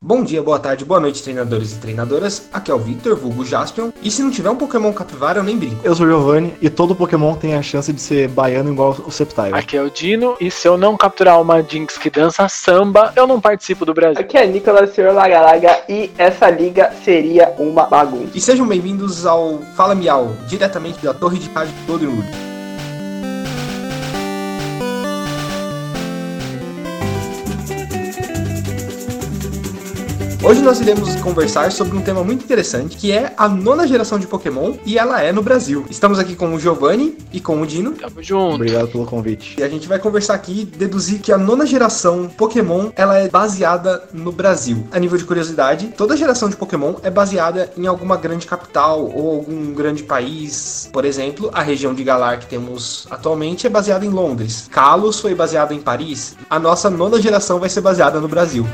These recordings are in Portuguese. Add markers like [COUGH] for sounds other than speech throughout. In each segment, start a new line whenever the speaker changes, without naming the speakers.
Bom dia, boa tarde, boa noite, treinadores e treinadoras. Aqui é o Victor, vulgo Jaspion. E se não tiver um Pokémon capivara, eu nem brinco.
Eu sou o Giovanni e todo Pokémon tem a chance de ser baiano igual o Sceptile.
Aqui é o Dino, e se eu não capturar uma Jinx que dança samba, eu não participo do Brasil.
Aqui é Nicolas Senhor Lagalaga e essa liga seria uma bagunça.
E sejam bem-vindos ao Fala Miau, diretamente da Torre de Rádio do Odrinwood. Hoje nós iremos conversar sobre um tema muito interessante, que é a nona geração de Pokémon e ela é no Brasil. Estamos aqui com o Giovanni e com o Dino.
Tamo junto.
Obrigado pelo convite.
E a gente vai conversar aqui e deduzir que a nona geração Pokémon ela é baseada no Brasil. A nível de curiosidade, toda geração de Pokémon é baseada em alguma grande capital ou algum grande país. Por exemplo, a região de Galar que temos atualmente é baseada em Londres. Kalos foi baseado em Paris. A nossa nona geração vai ser baseada no Brasil.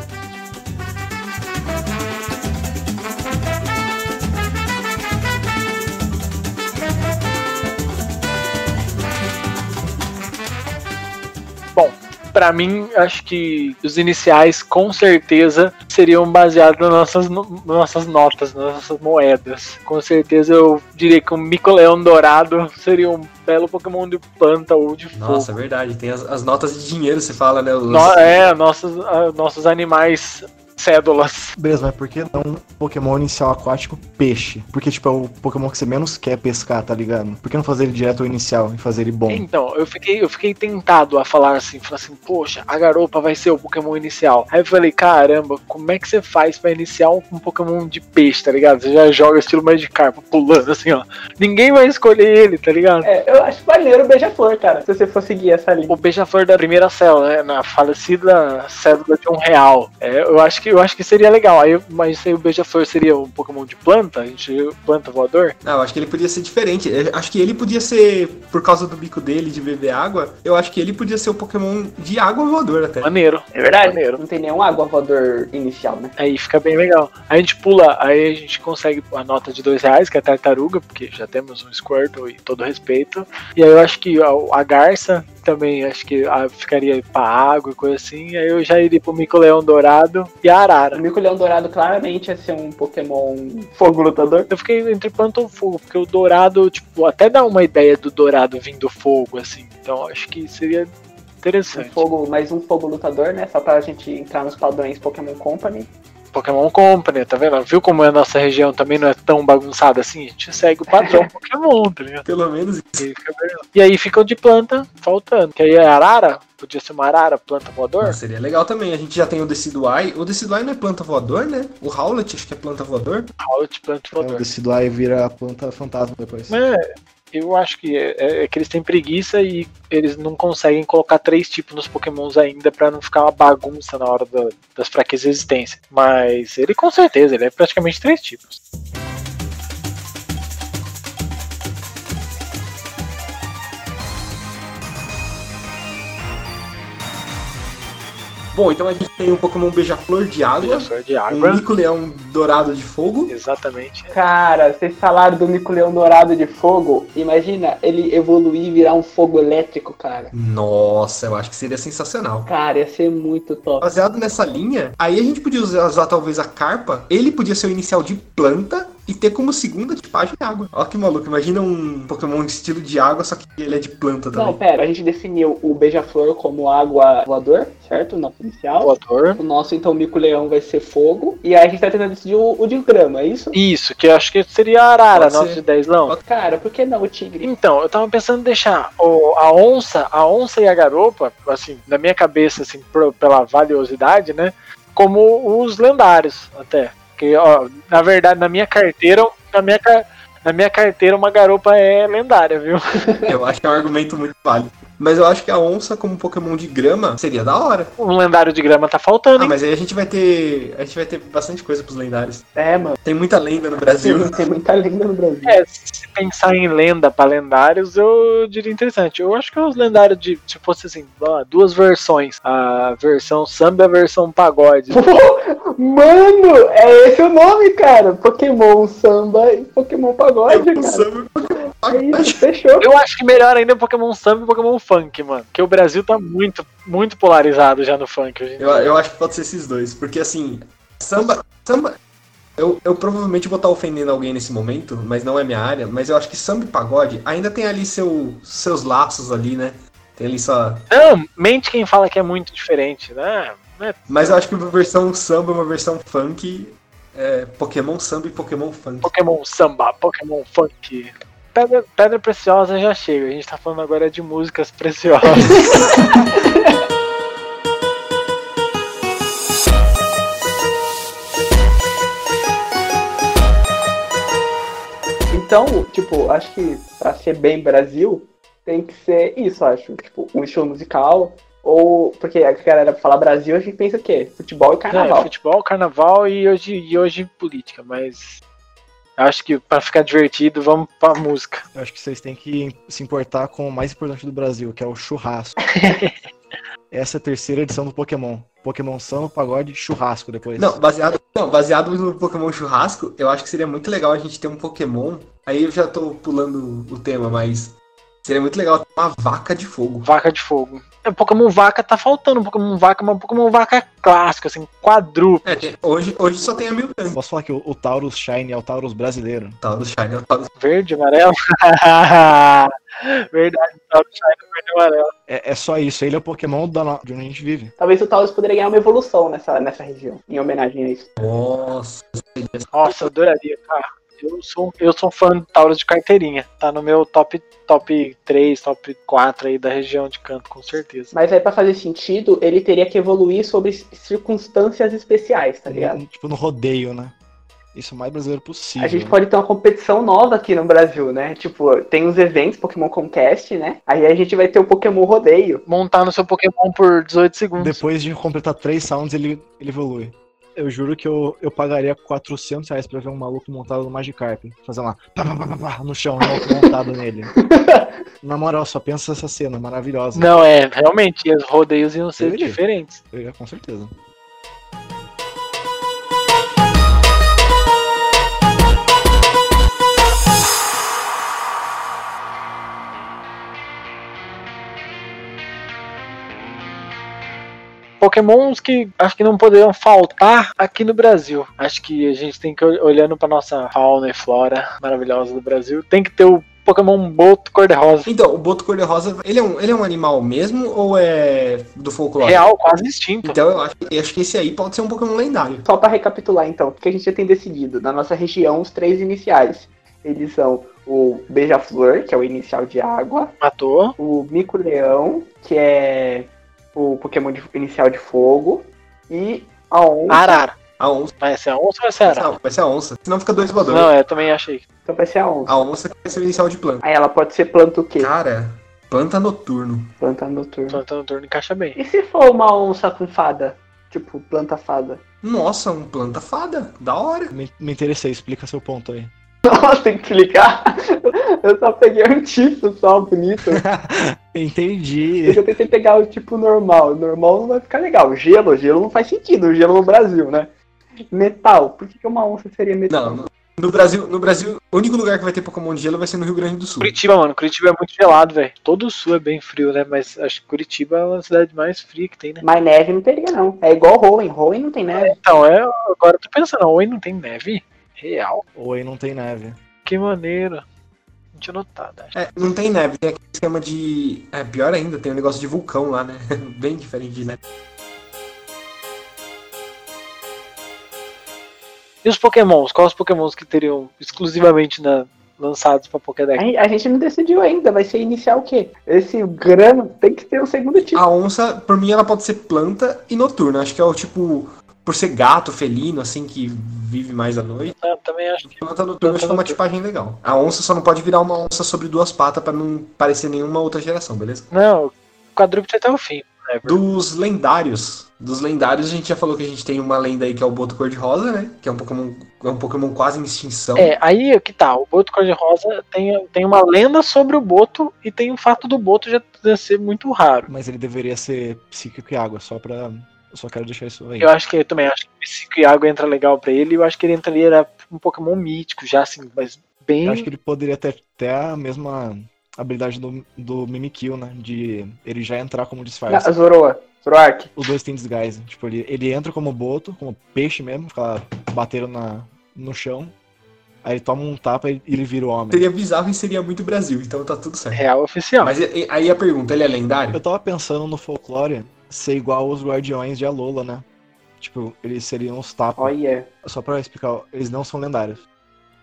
para mim, acho que os iniciais com certeza seriam baseados nas nossas, no, nossas notas, nas nossas moedas. Com certeza eu diria que um Micoleão Dourado seria um belo Pokémon de planta ou de fogo.
Nossa, é verdade. Tem as, as, notas de dinheiro, se fala, né? Os...
No, é, nossos, a, nossos animais cédulas.
Beleza, mas por que não Pokémon inicial aquático peixe? Porque, tipo, é o Pokémon que você menos quer pescar, tá ligado? Por que não fazer ele direto ao inicial e fazer ele bom?
Então, eu fiquei, eu fiquei tentado a falar assim, falar assim, poxa, a garopa vai ser o Pokémon inicial. Aí eu falei, caramba, como é que você faz pra iniciar um, um Pokémon de peixe, tá ligado? Você já joga estilo Magikarp, pulando assim, ó. Ninguém vai escolher ele, tá ligado?
É, eu acho maneiro o beija-flor, cara, se você for seguir essa linha.
O beija-flor da primeira célula, né? Na falecida célula de um real. É, eu acho que eu acho que seria legal. Aí, mas aí o Beija-Flor seria um Pokémon de planta? A gente planta voador?
Não, eu acho que ele podia ser diferente. Eu acho que ele podia ser, por causa do bico dele de beber água, eu acho que ele podia ser o um Pokémon de água voador até.
Maneiro.
É verdade.
Maneiro.
Não tem nenhum água voador inicial, né?
Aí fica bem legal. Aí a gente pula, aí a gente consegue a nota de dois reais, que é a tartaruga, porque já temos um Squirtle e todo respeito. E aí eu acho que a, a garça também, acho que a, ficaria pra água e coisa assim. Aí eu já iria pro Mico-Leão Dourado e Arara.
O Mico-Leão Dourado claramente ia ser um Pokémon fogo lutador.
Eu fiquei entre planta ou fogo, porque o Dourado, tipo, até dá uma ideia do Dourado vindo fogo, assim. Então acho que seria interessante.
Um fogo, mais um fogo lutador, né? Só pra gente entrar nos padrões Pokémon Company.
Pokémon Company, tá vendo? Viu como é a nossa região também não é tão bagunçada assim? A gente segue o padrão Pokémon, tá ligado?
Pelo menos
isso. E aí ficam de planta, faltando. Que aí é arara, Podia ser uma arara, planta voador? Mas
seria legal também. A gente já tem o Decidueye. O Decidueye não é planta voador, né? O Howlet acho que é planta voador.
Howlet, planta voador. É, o
Decidueye vira a planta fantasma depois.
É, eu acho que é, é, que eles têm preguiça e eles não conseguem colocar três tipos nos pokémons ainda para não ficar uma bagunça na hora da, das fraquezas existência. Mas ele com certeza, ele é praticamente três tipos.
Bom, então a gente tem um Pokémon Beija-Flor de água.
Beija-Flor de água.
Um Mico-Leão dourado de fogo.
Exatamente.
Cara, vocês falaram do Mico-Leão dourado de fogo. Imagina ele evoluir e virar um fogo elétrico, cara.
Nossa, eu acho que seria sensacional.
Cara, ia ser muito top.
Baseado nessa linha, aí a gente podia usar, usar talvez a carpa. Ele podia ser o inicial de planta e ter como segunda tipagem água. Olha que maluco, imagina um Pokémon de estilo de água, só que ele é de planta também.
Não, pera, a gente definiu o beija-flor como água voador, certo? Na inicial.
Voador.
O nosso, então, mico-leão vai ser fogo. E aí a gente tá tentando decidir o, o de grama, é isso?
Isso, que eu acho que seria a arara, Pode nosso de 10 não.
Cara, por que não o tigre?
Então, eu tava pensando em deixar o, a onça, a onça e a garopa, assim, na minha cabeça, assim, pro, pela valiosidade, né? Como os lendários, até. Porque, ó, na verdade, na minha carteira, na minha, na minha carteira, uma garopa é lendária, viu? [LAUGHS]
Eu acho que é um argumento muito válido. Mas eu acho que a onça como Pokémon de grama seria da hora.
Um lendário de grama tá faltando,
ah, mas aí a gente vai ter. A gente vai ter bastante coisa pros lendários.
É, mano.
Tem muita lenda no Brasil. [LAUGHS]
Tem, tem muita lenda no Brasil. [LAUGHS]
É, se pensar em lenda pra lendários, eu diria interessante. Eu acho que os lendários de. Se fosse assim, duas versões. A versão samba e a versão pagode.
Pô, mano, é esse o nome, cara. Pokémon samba e Pokémon
É
pagode, cara. Samba e Pokémon é isso, fechou.
Eu acho que melhor ainda é Pokémon Samba e Pokémon Funk, mano. Porque o Brasil tá muito, muito polarizado já no funk
hoje em eu, dia. Eu acho que pode ser esses dois. Porque assim, Samba. Samba. Eu, eu provavelmente vou estar ofendendo alguém nesse momento, mas não é minha área, mas eu acho que samba e pagode ainda tem ali seu, seus laços ali, né? Tem ali só.
Não, mente quem fala que é muito diferente, né? É-
Mas eu acho que uma versão samba, uma versão funk. É, Pokémon samba e Pokémon funk.
Pokémon samba, Pokémon funk. Pedra, pedra preciosa já chega, a gente tá falando agora de músicas [LAUGHS] preciosas. né?
Então, tipo, acho que pra ser bem Brasil, tem que ser isso, acho. Tipo, um estilo musical. Ou. Porque a galera fala Brasil, a gente pensa o quê? Futebol e
É,
carnaval.
futebol, carnaval e hoje, e hoje política, mas acho que pra ficar divertido, vamos pra música.
Eu acho que vocês têm que se importar com o mais importante do Brasil, que é o churrasco. Essa é a terceira edição do Pokémon. Pokémon Samba, Pagode, Churrasco depois.
Não, baseado, não, baseado no Pokémon churrasco, eu acho que seria muito legal a gente ter um Pokémon. Aí eu já tô pulando o tema, mas seria muito legal ter uma vaca de fogo.
Vaca de fogo. É, Pokémon Vaca tá faltando, Pokémon Vaca, mas Pokémon Vaca clássico, assim, quadruplo.
É, tem- hoje, hoje só tem a Miltank.
Posso falar que o, o Taurus Shine é o Taurus brasileiro?
Tá, do Shine, tá, do-
Verde, amarelo. [LAUGHS] Verdade, tá no Shine, verde, amarelo.
É, é só isso, ele é o Pokémon da no- de onde a gente vive.
Talvez o Taurus poderia ganhar uma evolução nessa, nessa região, em homenagem a isso.
Nossa.
Nossa, eu adoraria, cara. Eu sou, eu sou fã de Taurus de carteirinha. Tá no meu top, top 3, top 4 aí da região de canto, com certeza.
Mas aí, pra fazer sentido, ele teria que evoluir sobre circunstâncias especiais, tá ligado?
No- tipo, no rodeio, né? Isso é o mais brasileiro possível.
A gente pode ter uma competição nova aqui no Brasil, né? Tipo, tem os eventos Pokémon Contest, né? Aí a gente vai ter o Pokémon Rodeio.
Montar no seu Pokémon por 18 segundos.
Depois de completar três sounds, ele, ele evolui. Eu juro que eu, eu pagaria 400 reais pra ver um maluco montado no Magikarp. Fazendo lá, pá, pá, pá, pá, pá, no chão, um maluco montado nele.
[LAUGHS]
Na moral, só pensa nessa cena maravilhosa.
Não, é, realmente, os rodeios iam ser
Deveria.
diferentes.
Eu ia, com certeza.
Pokémons que acho que não poderiam faltar aqui no Brasil. Acho que a gente tem que, ol- olhando pra nossa fauna e flora maravilhosa do Brasil, tem que ter o Pokémon Boto Cor-de-Rosa.
Então, o Boto Cor-de-Rosa, ele, é um, ele é um animal mesmo ou é do folclore?
Real, quase extinto.
Então eu acho, eu acho que esse aí pode ser um Pokémon lendário.
Só pra recapitular, então, o que a gente já tem decidido. Na nossa região, os três iniciais. Eles são o Beija-Flor, que é o inicial de água.
Matou.
O Mico-Leão, que é o Pokémon de- inicial de fogo. E a onça.
Arara.
A onça.
Vai ser a onça ou vai ser a arara?
Não, vai ser é a onça. Senão fica dois voadores.
Não, é, eu também achei.
Então vai ser a onça.
A onça que vai ser o inicial de planta.
Aí ela pode ser planta o quê?
Cara, planta noturno.
Planta noturna.
Plantando turno encaixa bem.
E se for uma onça com fada? Tipo, planta fada. [LAUGHS]
Nossa, um planta fada. Da hora.
Me, me interessei, explica seu ponto aí.
Nossa, tem que clicar. [LAUGHS] Eu só peguei o título só, bonito.
Entendi.
Porque eu tentei pegar o tipo normal. O normal não vai ficar legal. Gelo, gelo não faz sentido. O Gelo no Brasil, né? Metal. Por que que uma onça seria metal?
Não, no- no Brasil, no Brasil, o único lugar que vai ter Pokémon de gelo vai ser no Rio Grande do Sul.
Curitiba, mano, Curitiba é muito gelado, velho. Todo o sul é bem frio, né? Mas acho que Curitiba é uma cidade mais fria que tem, né?
Mas neve não teria, não. É igual Hoenn. Hoenn não tem neve.
Então, é, agora eu tô pensando, oi, não tem neve? Real?
Ou aí não tem neve.
Que maneiro. Não tinha notado, acho.
É, não tem neve, tem aquele esquema de. É pior ainda, tem um negócio de vulcão lá, né? [LAUGHS] Bem diferente de neve.
E os Pokémons? Quais os Pokémons que teriam exclusivamente na- lançados pra
A
Pokédex?
gente, a gente não decidiu ainda. Vai ser inicial o quê? Esse grano tem que ter o segundo tipo.
A onça, por mim, ela pode ser planta e noturna. Acho que é o tipo. Por ser gato, felino, assim, que vive mais à noite.
Eu Ah, também acho que
Planta noturna acho que é uma tipagem legal. A onça só não pode virar uma onça sobre duas patas pra não parecer nenhuma outra geração, beleza?
não. Quadrúpede até o fim. né?
Dos lendários. Dos lendários, a gente já falou que a gente tem uma lenda aí que é o Boto Cor-de-Rosa, né? Que é um Pokémon, é um Pokémon quase em
Então.
extinção.
É, aí é que tá. O Boto Cor-de-Rosa tem, tem uma lenda sobre o Boto e tem o fato do Boto já já ser muito raro.
Mas ele deveria ser psíquico e água, só pra. Eu só quero deixar isso aí.
Eu acho que eu também acho que o Psico e Água entra legal pra ele. e Eu acho que ele entraria era um Pokémon mítico já, assim, mas bem.
Eu acho que ele poderia ter até a mesma habilidade do, do Mimikyu, né? De ele já entrar como
Na,
disfarce.
Ah, Zoroa. Troark.
Os dois têm desgaste. Tipo, ele, ele entra como boto, como peixe mesmo, fica lá batendo na, no chão. Aí ele toma um tapa e ele vira o homem.
Seria bizarro e seria muito Brasil, então tá tudo certo.
Real oficial.
Mas e- e- aí a pergunta, ele é lendário?
Eu tava pensando no folclore ser igual os guardiões de Alola, né? Tipo, eles seriam os tapas.
Olha.
Só pra explicar, eles não são lendários.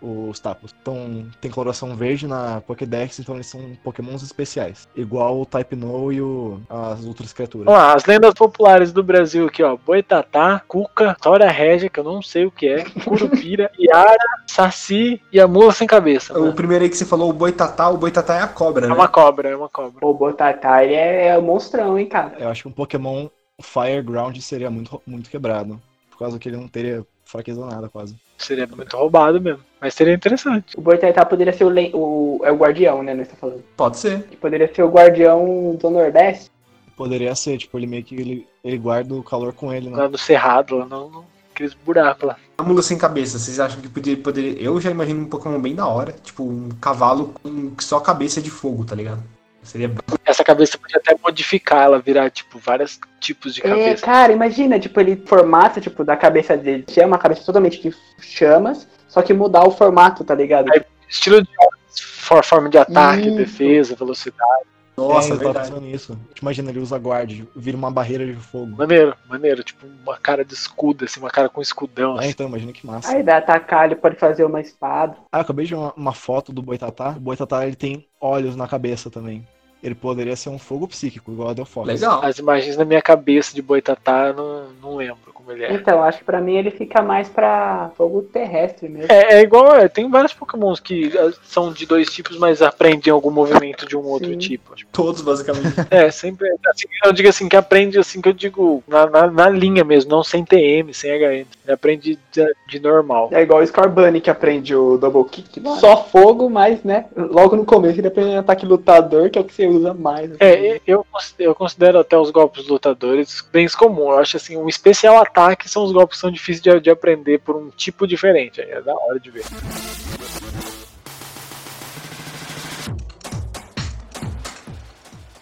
Os tapos. Então, tem coloração verde na Pokédex, então eles são pokémons especiais. Igual o Type No e o, as outras criaturas.
Vamos lá, as lendas populares do Brasil aqui, ó. Boitatá, Cuca, Tora Régia, que eu não sei o que é, Curupira, [LAUGHS] Iara, Saci e a Mula Sem Cabeça.
O
mano.
primeiro aí que você falou, o boitatá, o boitatá é a cobra,
É
né?
uma cobra, é uma cobra.
O Botatá, ele é, é um monstrão, hein, cara.
Eu acho que um Pokémon Fireground seria muito, muito quebrado. Por causa que ele não teria fraqueza nada, quase.
Seria muito roubado mesmo. Mas seria interessante.
O Botatá poderia ser o, le- o- É o guardião, né? Não está falando.
Pode ser.
Ele poderia ser o guardião do Nordeste.
Poderia ser, tipo, ele meio que ele, ele guarda o calor com ele, né?
Lá no Cerrado, lá no, no, aqueles buracos lá.
A mula sem cabeça, vocês acham que poderia, poderia... Eu já imagino um Pokémon bem da hora. Tipo, um cavalo com só cabeça de fogo, tá ligado? Seria...
Essa cabeça podia até modificar ela, virar, tipo, vários tipos de
É,
cabeça.
cara, imagina, tipo, ele formata, tipo, da cabeça dele. É uma cabeça totalmente de chamas, só que mudar o formato, tá ligado?
Aí, Estilo de for- forma de ataque,
Isso.
defesa, velocidade.
Nossa,
é,
é,
eu tava
verdade.
pensando nisso. Te imagina, ele usa guard, vira uma barreira de fogo.
Maneiro, maneiro. Tipo, uma cara de escudo, assim, uma cara com escudão.
Ah,
Assim.
então, imagina que massa.
Aí dá atacar, ele pode fazer uma espada.
Ah, eu acabei de ver uma, uma foto do Boitatá. O Boitatá, ele tem olhos na cabeça também. Ele poderia ser um fogo psíquico, igual a Delphox.
Legal.
As imagens na minha cabeça de Boitatá, eu não, não lembro como ele é.
Então, acho que pra mim ele fica mais pra fogo terrestre mesmo.
É, é igual, é, tem vários pokémons que ah, são de dois tipos, mas aprendem algum movimento de um outro
Sim.
tipo. Tipo,
Todos, basicamente.
É, sempre. assim, eu digo assim, que aprende assim que eu digo na, na, na linha mesmo, não sem TM, sem HM. Ele aprende de, de normal.
É igual o Scorbunny que aprende o Double Kick. é? Só fogo, mas, né? Logo no começo ele aprende ataque lutador, que é o que você usa mais.
É, e- eu, cons- eu considero até os golpes lutadores bens comuns. Eu acho assim, um especial ataque são os golpes que são difíceis de, de aprender por um tipo diferente. Aí É da hora de ver.
[LAUGHS]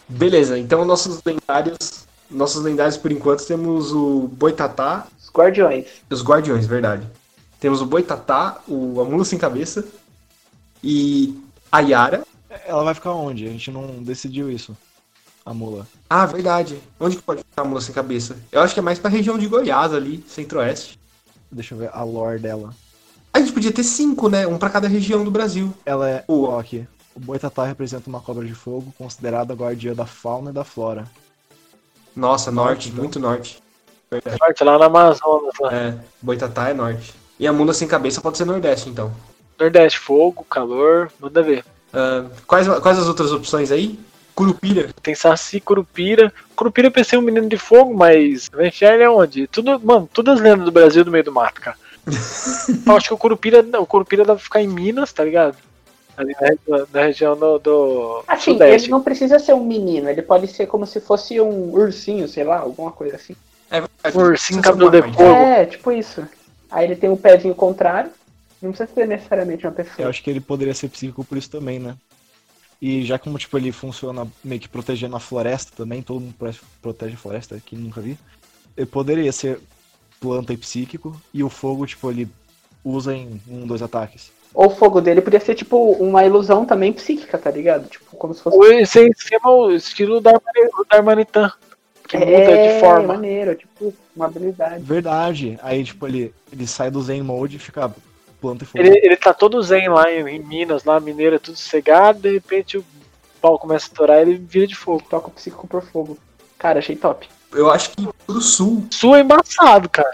Beleza, então nossos lendários... Nossos lendários, por enquanto, temos o boitatá,
Os guardiões.
Os Guardiões, verdade. Temos o Boitatá, o a Mula Sem Cabeça e a Yara.
Ela vai ficar onde? A gente não decidiu isso. A mula.
Ah, verdade. Onde que pode ficar a Mula Sem Cabeça? Eu acho que é mais pra região de Goiás ali, centro-oeste.
Deixa eu ver a lore dela.
A gente podia ter cinco, né? Um pra cada região do Brasil.
Ela é
O-
ó, aqui. O Boitatá representa uma cobra de fogo considerada guardiã da fauna e da flora.
Nossa, norte,
Norte,
muito norte.
Parte lá na Amazonas, lá.
É, Boitatá é norte. E a Mula Sem Cabeça pode ser nordeste, então.
Nordeste, fogo, calor, manda ver.
Ah, quais, quais as outras opções aí? Curupira.
Tem Saci, Curupira. Curupira eu pensei um menino de fogo, mas vai enfiar ele aonde? Tudo, mano, todas as lendas do Brasil é do meio do mato, cara. eu acho que o Curupira, o Curupira deve ficar em Minas, tá ligado? Ali na, região- na região do, do
Assim,
Sudeste.
ele não precisa ser um menino, ele pode ser como se fosse um ursinho, sei lá, alguma coisa assim.
É verdade.
Um
Precisa
ursinho
ser
cabelo
uma
de
coisa.
fogo.
É, tipo isso. Aí ele tem um pezinho contrário. Não precisa ser necessariamente uma
Eu
pessoa.
acho que ele poderia ser psíquico por isso também, né? E já como tipo ele funciona meio que protegendo a floresta também, todo mundo pro- protege a floresta, que nunca vi. Ele poderia ser planta e psíquico e o fogo tipo ele usa em um, dois ataques.
Ou o fogo dele podia ser, tipo, uma ilusão também psíquica, tá ligado? Tipo, como se fosse.
Ou Esse é esquema, o estilo da Darmanitan, que muda
é,
de forma.
maneiro, tipo, uma habilidade.
É Verdade. Aí tipo ele ele sai do zen mode e fica planta e fogo.
Ele, ele tá todo zen lá em, em Minas, lá, mineira, tudo cegado, de repente o pau começa a estourar e ele vira de fogo.
Toca o psíquico pro fogo. Cara, achei
[LAUGHS]
top.
Eu acho que pro sul
Sul é embaçado, cara.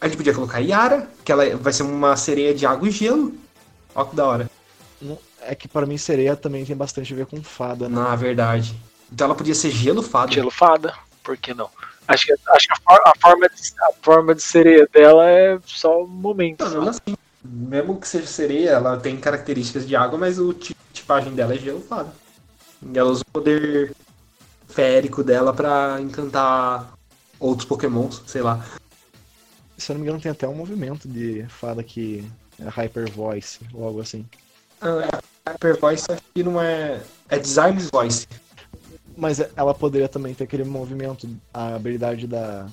A gente podia colocar a Yara, que ela é, vai ser uma sereia de água e gelo. Ó que da hora.
É que pra mim sereia também tem bastante a ver com fada, né?
Na verdade. Então ela podia ser gelo fada.
Gelo fada, por que não? Acho que, acho que a, for- a forma de, a forma de sereia dela é só um
[LAUGHS]
momento.
Não, não assim. Mesmo que seja sereia, ela tem características de água, mas o ti- tipagem dela é gelo fada. E ela usa o poder férico dela pra encantar outros pokémons, sei lá.
Se eu não me engano tem até um movimento de fada que é hyper voice, ou algo assim.
Ah, Hyper Voice acho que não é. É Design Voice.
Mas ela poderia também ter aquele movimento, a habilidade da.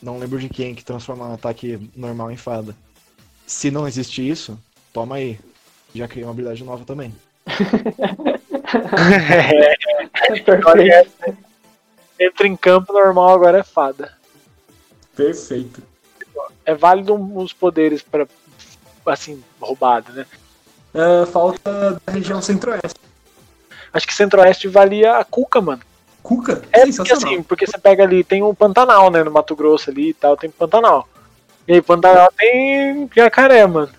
Não lembro de quem, que transforma um ataque normal em fada. Se não existe isso, toma aí. Já criei uma habilidade nova também.
Perfeito.
é, Entra em campo normal, agora é fada.
Perfeito.
É válido uns poderes pra. Assim, roubado, né?
Ah, falta da região centro-oeste.
Acho que Centro-Oeste valia a Cuca, mano.
Cuca?
É porque assim, porque você pega ali, tem um Pantanal, né? No Mato Grosso ali e tal, tem Pantanal. E aí Pantanal tem jacaré, mano.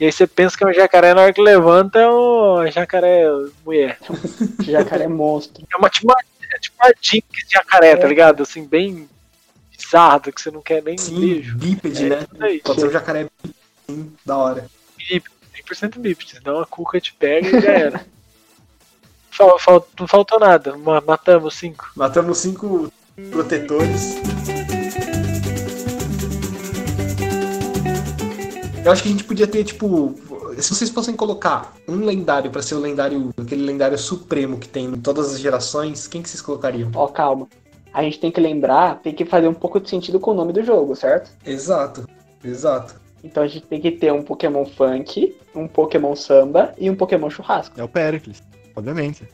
E aí você pensa que é um jacaré, na hora que levanta é um jacaré mulher.
Jacaré monstro.
É uma tipo, é tipo uma jinx de jacaré, tá ligado? Assim, bem bizarro, que você não quer nem
Sim,
ver.
bípede,
É,
né?
isso aí.
Pode ser um jacaré bípede, sim, da hora.
bípede, 100% bípede, senão a cuca te pega e já era. [LAUGHS] Fal- fal- não faltou nada, ma- matamos cinco.
Matamos cinco protetores. Eu acho que a gente podia ter, tipo, se vocês fossem colocar um lendário pra ser o lendário, aquele lendário supremo que tem em todas as gerações, quem que vocês colocariam?
Ó, calma. A gente tem que lembrar, tem que fazer um pouco de sentido com o nome do jogo, certo?
Exato, exato.
Então a gente tem que ter um Pokémon funk, um Pokémon samba e um Pokémon churrasco.
É o Pericles, obviamente.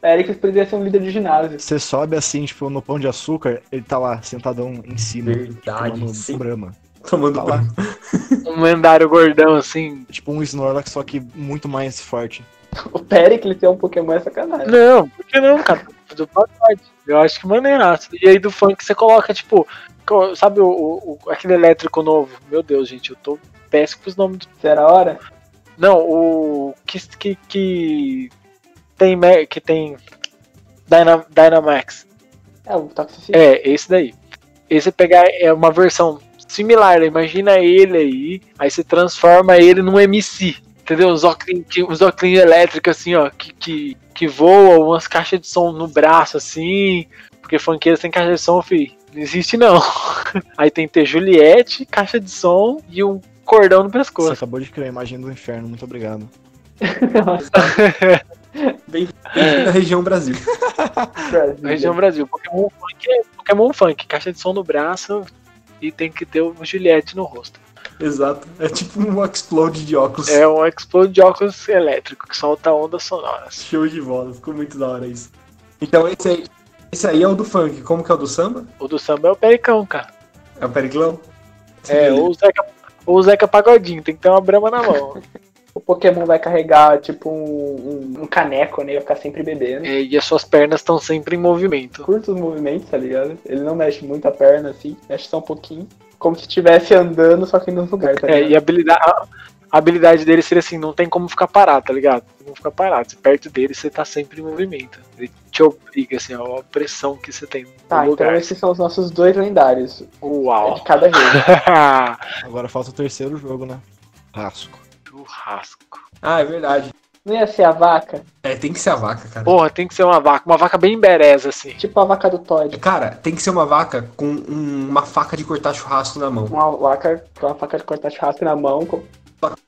Pericles poderia ser um líder de ginásio.
Você sobe assim, tipo, no pão de açúcar, ele tá lá, sentadão em cima,
Verdade,
tomando um
sim.
brama.
Tomando
Tá lá.
[LAUGHS] Um lendário gordão assim.
Tipo um Snorlax, só que muito mais forte.
[LAUGHS] O Pericles ser um Pokémon é sacanagem.
Não, por que não, cara? Do pacote. Eu acho que maneiraço. E aí do funk você coloca, tipo, co- sabe o, o- o- aquele elétrico novo? Meu Deus, gente, eu tô péssimo com os nomes do.
Será a hora?
Não, o. Que. que, que tem. me- Que tem. Dyna, Dynamax.
É, o Toxicity.
É, esse daí. Esse pegar é uma versão similar, né? imagina ele aí, aí você transforma ele num MC, entendeu? Uns óculos, uns óculos elétricos assim, ó, que, que, que voam, umas caixas de som no braço assim, porque funkeiros tem caixa de som, fi. Não existe não. [LAUGHS] Aí tem que ter Juliette, caixa de som e um cordão no
Você
pescoço.
acabou de criar a imagem do inferno, muito obrigado.
da região Brasil.
Brasília.
Região Brasil. Pokémon Funk é Pokémon Funk, caixa de som no braço e tem que ter o Juliette no rosto.
[LAUGHS] Exato. É tipo um explode de óculos.
É um explode de óculos elétrico que solta ondas sonoras.
Show de bola, ficou muito da hora isso. Então esse aí, esse aí é o do funk, como que é o do samba?
O do samba é o Pericão, cara.
É o Periclão?
É,
Beleza.
ou o Zeca, ou o Zeca Pagodinho, tem que ter uma brama na
[LAUGHS]
mão.
O Pokémon vai carregar, tipo, um, um- um caneco, né? Vai ficar sempre bebendo.
É, e as suas pernas estão sempre em movimento.
Curta os movimentos, tá ligado? Ele não mexe muito a perna, assim. Mexe só um pouquinho. Como se estivesse andando, só que indo no lugar, tá
É,
ligado?
e a habilidade, a a habilidade dele seria assim, não tem como ficar parado, tá ligado? Não tem como ficar parado. Você perto dele, você tá sempre em movimento. Ele te obriga, assim, ó, a pressão que você tem no
Tá, então
um lugar.
esses são os nossos dois lendários. É
Uau! [LAUGHS]
de cada jogo.
Agora falta o terceiro jogo, né? Rasco.
Churrasco.
Ah, é verdade.
Não ia ser a vaca?
É, tem que ser a vaca, cara.
Porra, tem que ser uma vaca, uma vaca bem bereza, assim.
Tipo a vaca do Todd.
Cara, tem que ser uma vaca com um- uma faca de cortar churrasco na mão.
Uma vaca com uma faca de cortar churrasco na mão. com-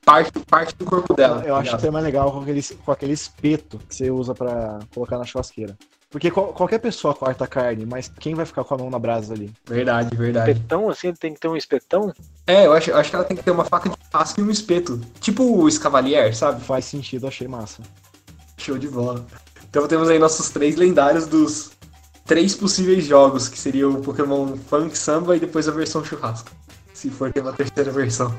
Parte, parte do corpo dela.
Eu acho
tá
que é mais legal com aquele, com aquele espeto que você usa pra colocar na churrasqueira. Porque qual- qualquer pessoa corta carne, mas quem vai ficar com a mão na brasa ali?
ligado? Verdade, verdade.
Espetão, assim, tem que ter um espetão?
É, eu acho, eu acho que ela tem que ter uma faca de churrasco e um espeto. Tipo o Escavalier, sabe?
Faz sentido, achei massa.
Show de bola. Então temos aí nossos três lendários dos três possíveis jogos, que seria o Pokémon Funk Samba e depois a versão churrasco. Se for ter uma terceira versão.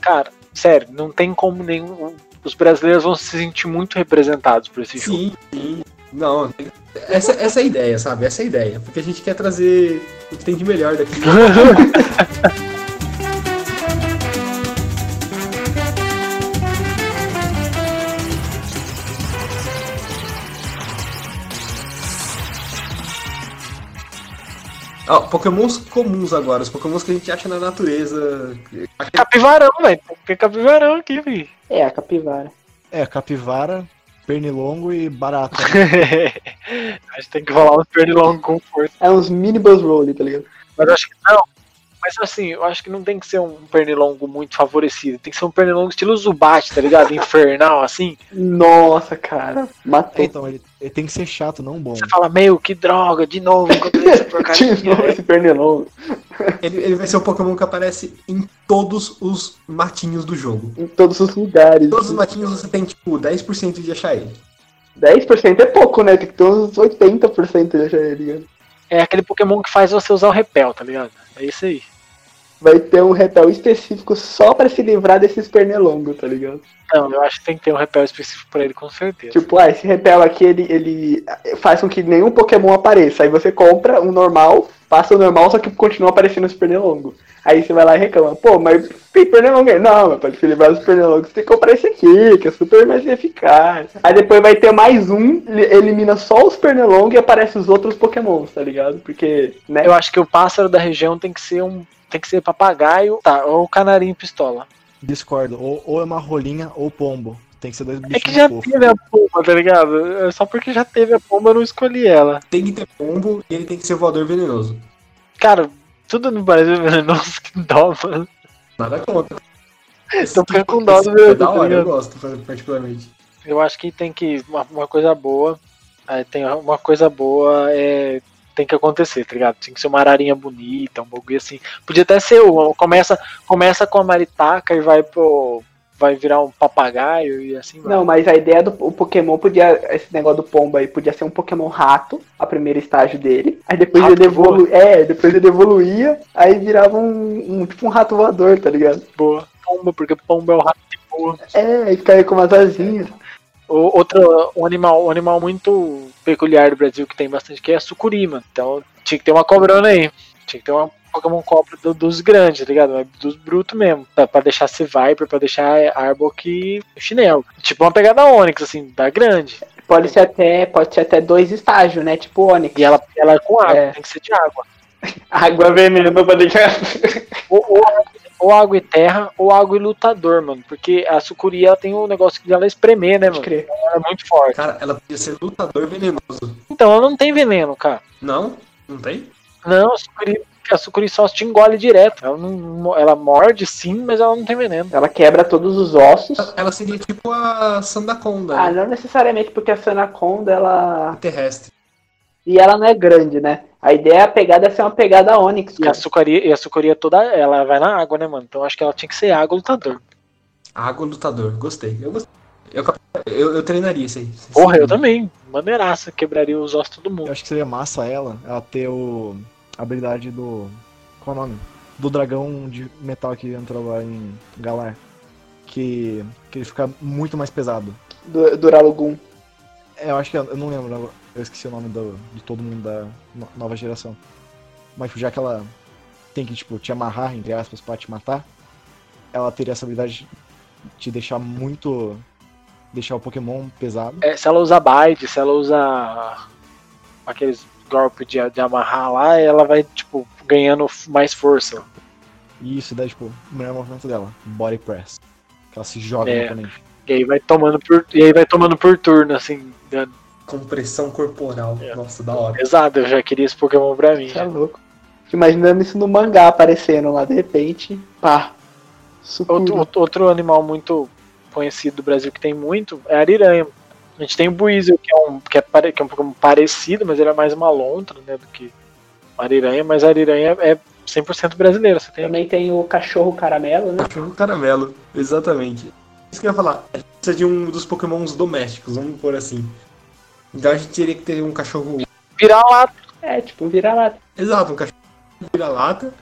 Cara, sério, não tem como nenhum. Os brasileiros vão se sentir muito representados por esse jogo.
Sim, sim. Não, tem- essa, essa é a ideia, sabe? Essa é a ideia. Porque a gente quer trazer o que tem de melhor daqui. [LAUGHS] Ó, pokémons comuns agora, os pokémons que a gente acha na natureza.
Capivarão, velho. Tem capivarão aqui, [LAUGHS] vi.
É, a capivara.
É, capivara, pernilongo e
[LAUGHS]
barata.
acho que tem que rolar um pernilongo com força.
É uns mini Buzzroll, tá ligado?
Mas acho que não. Mas mas assim, eu acho que não tem que ser um pernilongo muito favorecido. Tem que ser um pernilongo estilo Zubat, tá ligado? [LAUGHS] Infernal, assim.
Nossa, cara.
É,
Matou.
então, ele, ele tem que ser chato, não bom.
Você fala, meu, que droga, de novo, encontrei
[LAUGHS]
essa porcaria.
De
é-
novo esse pernilongo.
Ele, ele vai ser o Pokémon que aparece em todos os matinhos do jogo.
Em todos os lugares.
Em todos os matinhos você tem, tipo, 10% de achar ele.
10% é pouco, né? Tem que ter uns 80% de acharia.
É aquele Pokémon que faz você usar o repel, tá ligado? É isso aí.
Vai ter um repel específico só pra se livrar desses pernilongos, tá ligado?
Não, eu acho que tem que ter um repel específico pra ele, com certeza.
Tipo, ah, esse repel aqui, ele, ele faz com que nenhum Pokémon apareça. Aí você compra um normal, passa o normal, só que continua aparecendo os pernilongos. Aí você vai lá e reclama, pô, mas tem pernilongo aí. Não, mas pra se livrar dos pernilongos, tem que comprar esse aqui, que é super mais eficaz. Aí depois vai ter mais um, ele- elimina só os pernilongos e aparece os outros Pokémons, tá ligado? Porque, né?
Eu acho que o pássaro da região tem que ser um. Tem que ser papagaio, tá, ou canarinho pistola.
Discordo. Ou, ou é uma rolinha ou pombo. Tem que ser dois
É
bichinhos
que já
fofos.
teve a pomba, tá ligado? É Só porque já teve a pomba, eu não escolhi ela.
Tem que ter pombo e ele tem que ser voador venenoso.
Cara, tudo no Brasil é venenoso, que [LAUGHS] dó, mano.
Nada contra.
Tô ficando com dó do
É
meu.
da
tá
hora, eu
ligado?
gosto, particularmente.
Eu acho que tem que. Uma, uma coisa boa. é, tem uma coisa boa é, tem que acontecer, tá ligado? Tem que ser uma ararinha bonita, um bagulho assim. Podia até ser uma. Começa, começa com a maritaca e vai pro. Vai virar um papagaio e assim vai.
Não, mas a ideia do o Pokémon podia. Esse negócio do pombo aí podia ser um Pokémon rato, a primeiro estágio dele. Aí depois
Rato
ele evoluía. É, depois ele evoluía, aí virava um, um- tipo um rato voador, tá ligado?
Boa. Pomba, porque pomba é o rato de boa.
É, e ficava com umas asinhas.
O- Outro um animal, um animal muito peculiar do Brasil que tem bastante que é a sucuri, mano. Então tinha que ter uma cobrona aí. Tinha que ter uma Pokémon cobra do- dos grandes, tá ligado? Mas Dos brutos mesmo. Pra, pra deixar ser Viper, pra deixar Arbok e chinelo. Tipo uma pegada Onix, assim, da grande.
Pode ser até, pode ser até dois estágios, né? Tipo Onix.
E ela, ela é com água,
É.
tem que ser de água.
Água vermelha pra poder jogar.
Ou, ou água- ou água e terra, ou água e lutador, mano. Porque a sucuri ela tem um negócio de ela espremer, né,
Pode
mano?
crer.
Ela é muito forte.
Cara, ela podia ser lutador venenoso.
Então ela não tem veneno, cara.
Não? Não tem?
Não, a sucuri, a sucuri só te engole direto. Ela, não, ela morde sim, mas ela não tem veneno.
Ela quebra todos os ossos.
Ela- Ela seria tipo a Sandaconda
Ah,
né?
não necessariamente porque a Sanaconda, ela.
terrestre.
E ela não é grande, né? A ideia, a pegada é ser uma pegada Onix.
E a sucuri, e a sucuri é toda. Ela vai na água, né, mano? Então acho que ela tinha que ser água lutador.
Água lutador. Gostei. Eu gostei. Eu, cap- eu, eu treinaria isso aí.
Porra, eu também. Maneiraça, quebraria os ossos de todo
Eu
mundo.
acho que seria massa ela, ela ter o, a habilidade do. Qual é o nome? Do dragão de metal que entrou lá em Galar. Que, que ele fica muito mais pesado.
do, Duralugum.
É, eu acho que. Eu não lembro, agora, eu esqueci o nome do, de todo mundo da no- nova geração. Mas tipo, já que ela tem que, tipo, te amarrar, entre aspas, pra te matar, ela teria essa habilidade de te deixar muito. deixar o Pokémon pesado.
É, se ela usa bite, se ela usa aqueles golpes de, de amarrar lá, ela vai, tipo, ganhando mais força.
E isso dá, tipo, o melhor movimento dela, body press. Que ela se joga no
É.
oponente.
E aí vai tomando por, e aí vai tomando por turno, assim, dando.
Compressão corporal.
É.
Nossa, da hora.
Pesado, eu já queria esse Pokémon pra mim.
Você é louco. Fico Imaginando isso no mangá aparecendo lá, de repente, pá.
Outro,
Sucuri.
outro- outro animal muito conhecido do Brasil que tem muito é a ariranha. A gente tem o buizel, que é um, que é, pare- que é um Pokémon parecido, mas ele é mais uma lontra né, do que uma ariranha, mas a ariranha é 100% brasileira. Você tem
Também tem o cachorro caramelo, né?
Cachorro um caramelo. Exatamente. Isso que eu ia falar. A gente precisa de um dos pokémons domésticos, vamos pôr assim. Então a gente teria que ter um cachorro
virar lá.
É, tipo, vira lá.
Exato, um cachorro vira-lata.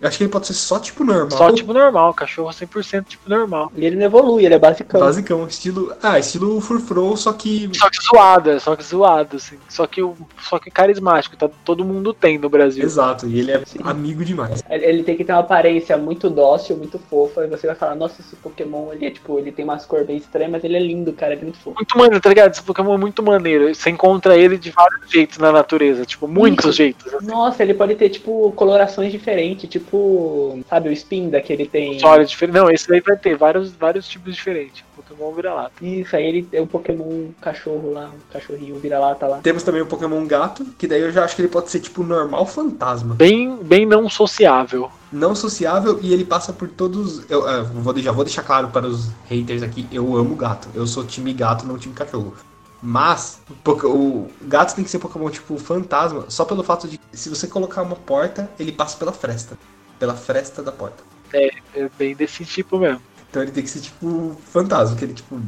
Eu acho que ele pode ser só tipo normal.
Só tipo normal, cachorro 100% tipo normal.
E ele não evolui, ele é basicão.
Basicão, estilo. Ah, estilo Furfrow, só que.
Só que zoado, é, só que zoado, assim. Só que, o- só que carismático, tá, todo mundo tem no Brasil.
Exato, e ele é
Sim.
amigo demais.
Assim, Ele ele tem que ter uma aparência muito dócil, muito fofa, e você vai falar, nossa, esse Pokémon, ele é tipo, ele tem umas cores bem estranhas, mas ele é lindo, cara, ele é muito fofo.
Muito maneiro, tá ligado? Esse Pokémon é muito maneiro. Você encontra ele de vários jeitos na natureza, tipo, muitos jeitos.
Nossa, ele pode ter, tipo, colorações diferentes, tipo, sabe, o Spinda que ele tem.
Só olha diferente. Não, esse aí vai ter vários, vários tipos diferentes. Pokémon vira-lata.
Isso, aí ele é o Pokémon cachorro lá, um cachorrinho vira-lata lá.
Temos também o Pokémon Gato, que daí eu já acho que ele pode ser tipo normal fantasma.
Bem, bem não sociável.
não sociável e ele passa por todos. Eu, eh, vou, já vou deixar claro para os haters aqui: eu amo gato. Eu sou time gato, não time cachorro. Mas o Pok- o gato tem que ser Pokémon tipo fantasma, só pelo fato de que se você colocar uma porta, ele passa pela fresta. Pela fresta da porta.
É bem desse tipo mesmo.
Então ele tem que ser tipo fantasma, que ele tipo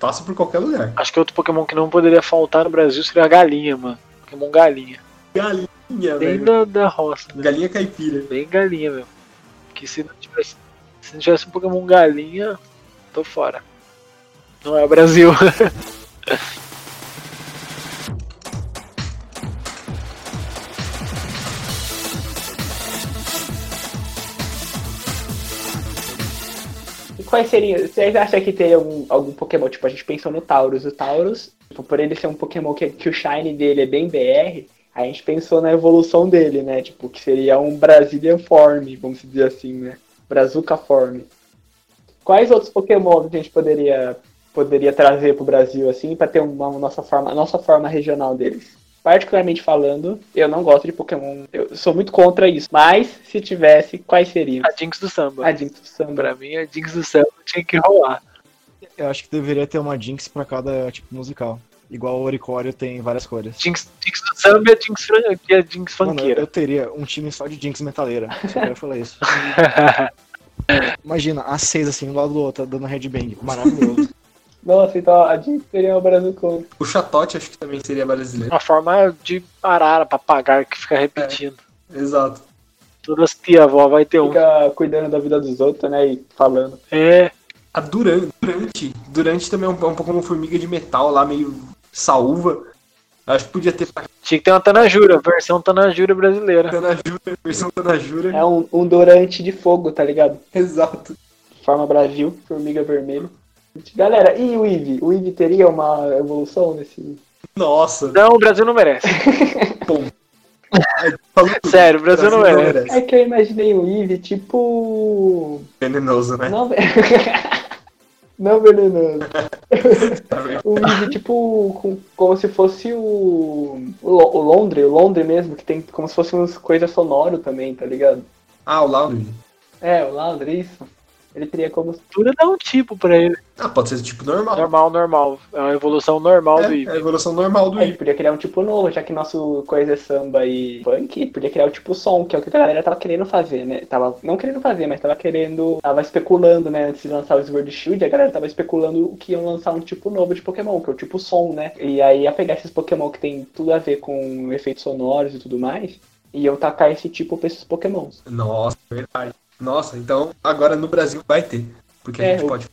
passa por qualquer lugar.
Acho que outro Pokémon que não poderia faltar no Brasil seria a galinha, mano. Pokémon galinha.
Galinha,
Bem
velho.
da, da roça, né?
Galinha caipira.
Bem galinha mesmo. Que se não tivesse. Se não tivesse um Pokémon galinha, tô fora. Não é o Brasil. [LAUGHS]
E quais seriam. Vocês acham que tem algum, algum Pokémon? Tipo, a gente pensou no Taurus. O Taurus, tipo, por ele ser um Pokémon que, que o Shine dele é bem BR, a gente pensou na evolução dele, né? Tipo, que seria um Brazilian Form, vamos dizer assim, né? Brazuca Form. Quais outros Pokémon que a gente poderia, poderia trazer pro Brasil, assim, pra ter uma, uma nossa forma, a nossa forma regional deles? Particularmente falando, eu não gosto de Pokémon. Eu sou muito contra isso. Mas, se tivesse, quais seriam?
A é Jinx do
É
samba.
A Jinx Samba.
Pra mim, a Jinx do samba tinha que rolar.
Eu acho que deveria ter uma Jinx pra cada tipo musical. Igual o Oricório tem várias cores.
Jinx, Jinx do samba e a Jinx, fran- e a Jinx
Mano, eu-
funkeira.
eu teria um time só de Jinx metaleira. Só quero falar isso. Imagina, as seis assim, um lado do outro, dando headbang. Maravilhoso.
Nossa, então a Jinx seria o Brazucão.
O chatote acho que também seria brasileiro.
Uma forma de arara, pagar que
É.
fica repetindo.
Exato.
Todas as tia-avó vai ter um.
Fica cuidando da vida dos outros, né? E falando.
É,
A Duran- Durante. Durante também é um, é um Pokémon formiga de metal lá, meio saúva. Acho que podia ter
tinha que ter uma Tanajura, versão Tanajura brasileira.
Tanajura, versão Tanajura.
É um, um Dorante de fogo, tá ligado?
É.
Exato.
Forma Brasil, formiga vermelha. Galera, e o Eevee? O Eevee teria uma evolução nesse.
Nossa.
Não, o Brasil não merece.
Falou tudo.
Sério, o Brasil, não merece.
É que eu imaginei o Eevee tipo.
Venenoso, né?
Não, ve- [LAUGHS] Não venenoso. O Eevee tipo. com- como se fosse o. O, Lo- o Londre, o Londre mesmo, que tem como se fosse umas coisas sonoro também, tá ligado?
Ah, o Lauri.
É, o Londre, isso. Ele teria como
Dura dá um tipo pra ele.
Ah, pode ser do tipo normal.
Normal, normal. É uma evolução normal do É.
É, é
Eevee.
a evolução normal do
A gente
Eevee.
podia criar um tipo novo, já que nosso coisa é samba e punk, podia criar o tipo som, que é o que a galera tava querendo fazer, né? Tava não querendo fazer, mas tava querendo. Tava especulando, né? Antes de lançar o Sword Shield, a galera tava especulando que iam lançar um tipo novo de Pokémon, que é o tipo som, né? E aí ia pegar esses Pokémon que tem tudo a ver com efeitos sonoros e tudo mais. E eu tacar esse tipo pra esses Pokémons.
Nossa, verdade. Nossa, então agora no Brasil vai ter. Porque a
É,
gente
o-
pode.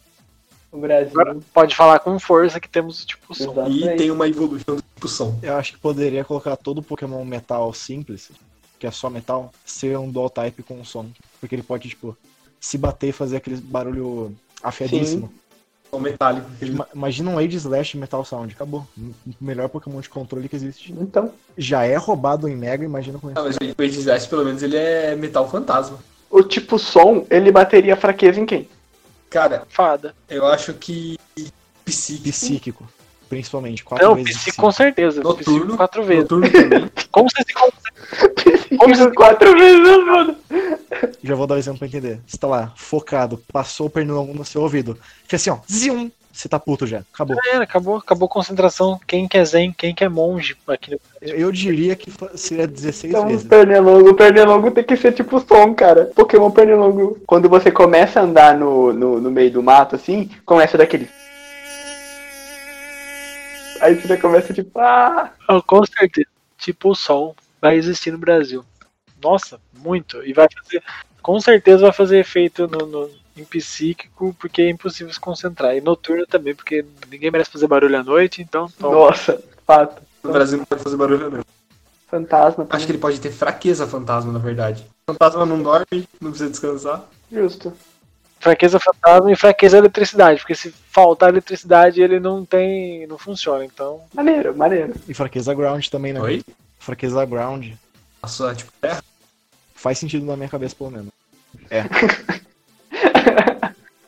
O Brasil.
Agora pode falar com força que temos o tipo som.
E
Exatamente.
tem uma evolução do tipo som.
Eu acho que poderia colocar todo Pokémon metal simples, que é só metal, ser um dual type com o som. Porque ele pode, tipo, se bater e fazer aquele barulho afiadíssimo.
Som metálico. Ele
Ima- Imagina um Age Slash Metal Sound. Acabou. O melhor Pokémon de controle que existe.
Então,
Já é roubado em Mega, imagina com
Ah,
isso.
mas o Age Slash, pelo menos, ele é metal fantasma.
o tipo som, ele bateria fraqueza em quem?
Cara,
Fada.
eu acho que. Psique.
Psíquico, principalmente. Quatro
Não,
vezes
psico com certeza.
Noturno.
Psico quatro vezes.
Noturno também.
Como você se consegue?
Como se quatro vezes, mano.
Já vou dar um exemplo pra entender. Você tá lá, focado, passou o pernilongo no seu ouvido. Fica assim, ó, zium, você tá puto já, acabou.
Era, acabou, acabou a concentração. Quem quer zen, quem quer monge aqui no
Eu, eu diria que fa- seria 16
Então, o
vezes.
pernilongo, o pernilongo tem que ser tipo som, cara. Pokémon pernilongo. Quando você começa a andar no, no, no meio do mato, assim, começa daquele. Aí você começa tipo, ah,
Ah, com certeza. Tipo o sol vai existir no Brasil. Nossa, muito. E vai fazer. Com certeza vai fazer efeito no, no- em psíquico, porque é impossível se concentrar. E noturno também, porque ninguém merece fazer barulho à noite, então. toma.
nossa, fato.
No Brasil não pode fazer barulho, não.
Fantasma.
Acho que ele pode ter fraqueza fantasma, na verdade. Fantasma não dorme, não precisa descansar.
Justo.
Fraqueza fantasma e fraqueza é eletricidade, porque se faltar eletricidade ele não tem. não funciona. Então.
Maneiro, maneiro.
E fraqueza ground também, né?
Oi?
Fraqueza ground.
É. Passou, tipo, terra.
Faz sentido na minha cabeça, pelo menos. É.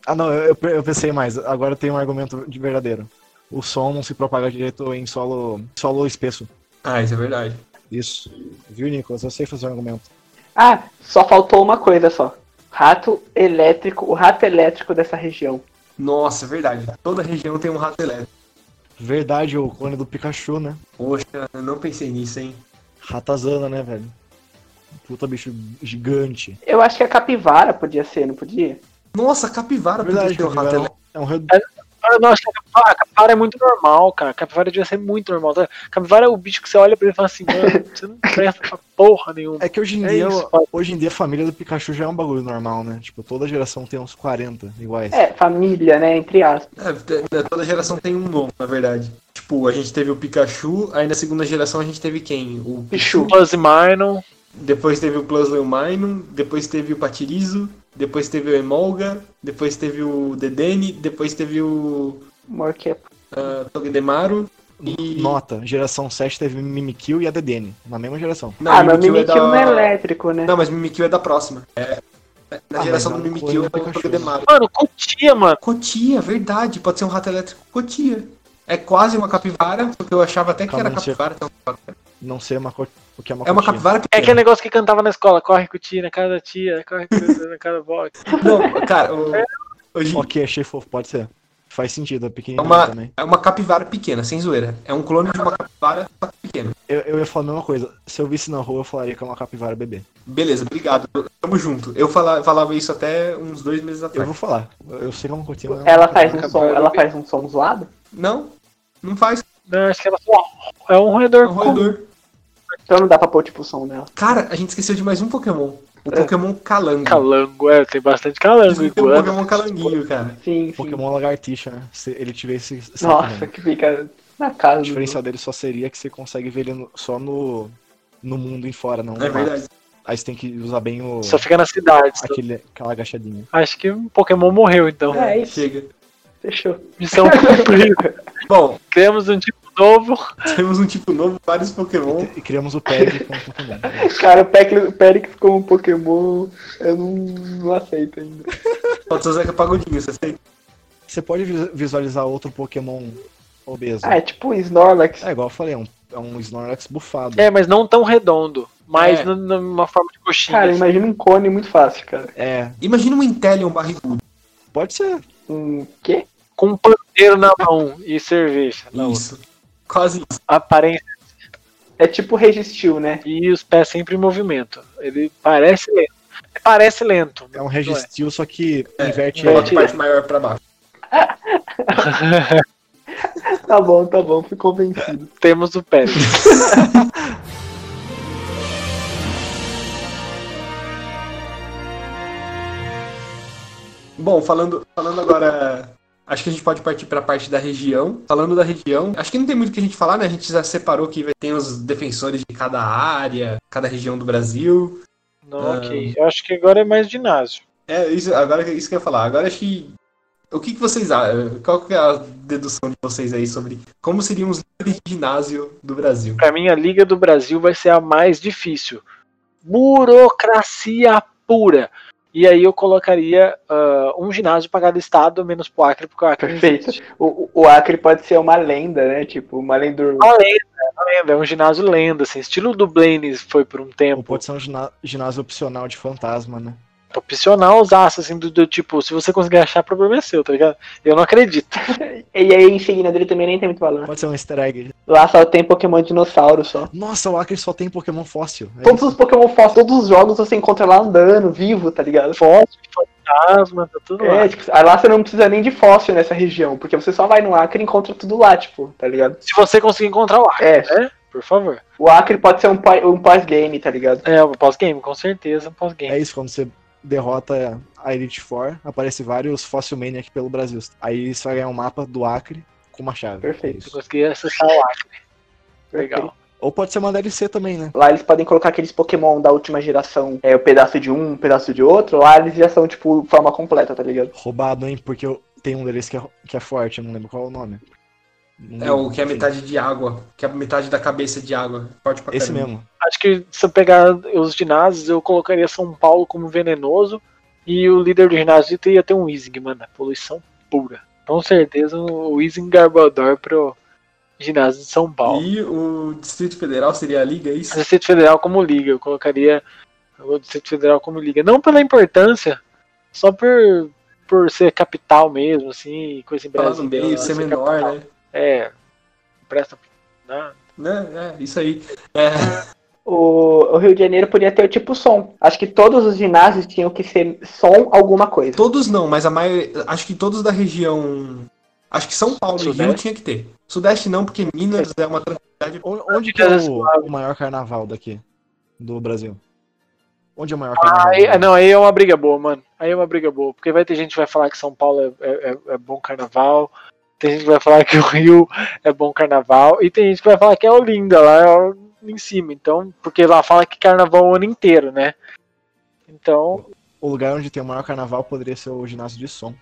ah, não, eu, eu- eu pensei mais. Agora tem um argumento de verdadeiro. O som não se propaga direito em solo, solo espesso.
Ah, isso é verdade.
Isso. Viu, Nicolas? Eu sei fazer um argumento.
Ah, só faltou uma coisa só. Rato elétrico, o rato elétrico dessa região.
Nossa, é verdade. Toda região tem um rato elétrico.
Verdade, o clone do Pikachu, né?
Poxa, eu não pensei nisso, hein?
Ratazana, né, velho? Puta bicho gigante.
Eu acho que a capivara podia ser, não podia?
Nossa, capivara
Verdade,
podia ter um rato
capivara
elétrico.
é um redu-
Ah, Nossa, a capivara- a capivara é muito normal, cara. A capivara devia ser muito normal. tá? A capivara é o bicho que você olha pra ele e fala assim, mano, você não presta pra porra nenhuma.
É que hoje em
[LAUGHS] É
dia,
isso, pai.
hoje em dia a família do Pikachu já é um bagulho normal, né? Tipo, toda geração tem uns 40 iguais.
É, família, né? Entre aspas.
É, te- te- toda geração tem um novo, na verdade. Tipo, a gente teve o Pikachu, aí na segunda geração a gente teve quem? O
Pichu.
Plus e Minor.
Depois teve o Plusle Minum, depois teve o Patirizo, depois teve o Emolga, depois teve o Dedenne, depois teve o
Morquepo.
ah, Togedemaru e.
Nota, geração 7 teve Mimikyu e a DDN, na mesma geração.
Não,
Ah, mas
Mimikyu é
Mimikyu
da-
não é elétrico, né?
Não, mas Mimikyu é da próxima. É. Na
Ah,
geração do
mas é um
Mimikyu é
clone do
o
Pikachu.
Togedemaru.
Mano, cutia, mano.
Cotia, verdade, pode ser um rato elétrico Cotia. É quase uma capivara, porque eu achava até que
Calma,
era
não sei.
capivara. então.
Não sei uma co- o que é uma
É uma
cotinha.
capivara
É
pequena.
aquele negócio que cantava na escola, corre cutia na casa da tia, corre cutia na casa da vó.
Não, cara, o... hoje
Ok, achei fofo, é pode ser. Faz sentido, é
é
pequenininho
uma,
também.
é uma capivara pequena, sem zoeira. É um clone de uma capivara só que pequena.
Eu, eu ia falar a mesma coisa. Se eu visse na rua, eu falaria que é uma capivara bebê.
Beleza, obrigado. Tamo junto. Eu fala- falava isso até uns dois meses
Eu
atrás.
vou falar. Eu eu sei que é uma cotinha. mas é uma
Ela
capivara.
faz um som, ela faz um som zoado?
Não, não faz.
Não, acho que ela só é um
É
roedor.
um roedor.
Então não dá pra pôr tipo o som dela.
Cara, a gente esqueceu de mais um Pokémon. O Pokémon Calango.
Calango, é, tem bastante calango.
Tem um
iguana.
Pokémon Calanguinho, cara.
Sim, sim.
Pokémon lagartixa, né? Se ele tiver esse. esse
Nossa,
tamanho.
que fica na
O
casa. do-
diferencial dele só seria que você consegue ver ele no- só no, no mundo em fora, não. no
É
mato.
verdade.
Aí você tem que usar bem o.
Só fica nas cidades. tá?
Aquele, aquela agachadinha.
Acho que o Pokémon morreu, então.
É isso,
Chega.
fechou.
Missão cumprida.
Bom, [LAUGHS]
Criamos um tipo novo.
temos um tipo novo, vários Pokémon.
E criamos o Peg com o Pokémon.
[LAUGHS] [LAUGHS] Cara, o Pericles- Pericles como Pokémon, eu não, não aceito ainda.
Pode ser o Zeca Pagodinho, você sei.
Você pode vi- visualizar outro Pokémon obeso.
Ah, é tipo um Snorlax.
É igual eu falei, é um, é um Snorlax bufado.
É, mas não tão redondo. Mas
É.
nu- numa forma de coxinha.
Cara, imagina um cone muito fácil, cara.
É,
Imagina um Intellion barrigudo.
pode ser.
Um quê?
com um pandeiro na mão e cerveja. Não,
Isso. Quase isso.
aparência
É tipo Registil, né?
e os pés sempre em movimento. Ele parece lento. Parece lento.
É um registil, só que inverte
Coloca
ele.
a parte maior pra baixo.
[LAUGHS] Tá bom, tá bom, fui convencido.
Temos o pé.
Bom, falando, falando agora. Acho que a gente pode partir pra parte da região. Falando da região, acho que não tem muito o que a gente falar, né? A gente já separou que vai- tem os defensores de cada área, cada região do Brasil.
Não, ok. Eu acho que agora é mais ginásio.
É, isso, agora que- isso que eu ia falar. Agora acho que. O que, que vocês acham? Qual que é a dedução de vocês aí sobre como seriam os líderes de ginásio do Brasil?
Pra mim, a Liga do Brasil vai ser a mais difícil. Burocracia pura. E aí eu colocaria ah, um ginásio pra cada estado, menos pro Acre, porque o Acre é não
Perfeito.
existe.
O, o Acre pode ser uma lenda, né? Tipo, uma lenda urbana.
Uma lenda, uma lenda. É um ginásio lenda, assim. Estilo do Blaines foi por um
Ou
tempo.
pode ser um gina- ginásio opcional de fantasma, né?
profissional usasse, assim, do, do tipo, se você conseguir achar, problema é seu, tá ligado? Eu não acredito.
E aí, em seguida dele também nem tem muito valor.
Pode ser um easter egg.
Lá só tem Pokémon dinossauro só.
Nossa, o Acre só tem Pokémon fóssil. É
Todos
isso.
os Pokémon fósseis, todos os jogos você encontra lá andando, vivo, tá ligado?
Fósforo, fantasma, tá tudo lá.
É, tipo, aí lá você não precisa nem de fóssil nessa região, porque você só vai no Acre e encontra tudo lá, tipo, tá ligado?
Se você conseguir encontrar o Acre,
É,
né? Por favor.
o Acre pode ser um, pós- um pós-game, tá ligado?
É, o pós-game, com certeza, um pós-game.
É isso, quando você derrota a Elite Four, aparece vários Fossil Maniac pelo Brasil. Aí você vai ganhar um mapa do Acre com uma chave.
Perfeito.
É isso.
Eu consegui acessar o Acre. Legal.
Ou pode ser uma DLC também, né?
Lá eles podem colocar aqueles Pokémon da última geração, é, o pedaço de um, o pedaço de outro, lá eles já são, tipo, forma completa, tá ligado?
Roubado, hein? Porque eu tenho um deles que é, que é forte, eu não lembro qual é o nome. Não
É o
lembro,
que é a
enfim.
metade de água, que é a metade da cabeça de água. Forte pra
Esse
caramba.
mesmo.
Acho que se eu pegar os ginásios, eu colocaria São Paulo como venenoso e o líder do ginásio ia ter um Easing, mano. Poluição pura. Com certeza o Easing Garbador pro ginásio de São Paulo.
E o Distrito Federal seria a liga, é isso?
Distrito Federal como liga. Eu colocaria o Distrito Federal como liga. Não pela importância, só por, por ser capital mesmo, assim, coisa em
Falando
Brasília.
meio, ser
ser
menor,
capital.
né?
É, presta. Não,
né? É, isso aí. É,
O, o Rio de Janeiro podia ter tipo som. Acho que todos os ginásios tinham que ser som alguma coisa.
todos não, mas a maioria. Acho que todos da região. Acho que São Paulo e Rio
Sudeste?
tinha que ter. Sudeste não, porque Minas é uma tranquilidade.
O- Onde que é o, o maior carnaval daqui? Do Brasil? Onde é o maior
Ah,
carnaval?
Aí, não, aí é uma briga boa, mano. Aí é uma briga boa. Porque vai ter gente que vai falar que São Paulo é, é- é- é bom carnaval. Tem gente que vai falar que o Rio é bom carnaval. E tem gente que vai falar que é Olinda, lá é o- em cima. Então, porque lá fala que carnaval o ano inteiro, né? Então,
O lugar onde tem o maior carnaval poderia ser o ginásio de som.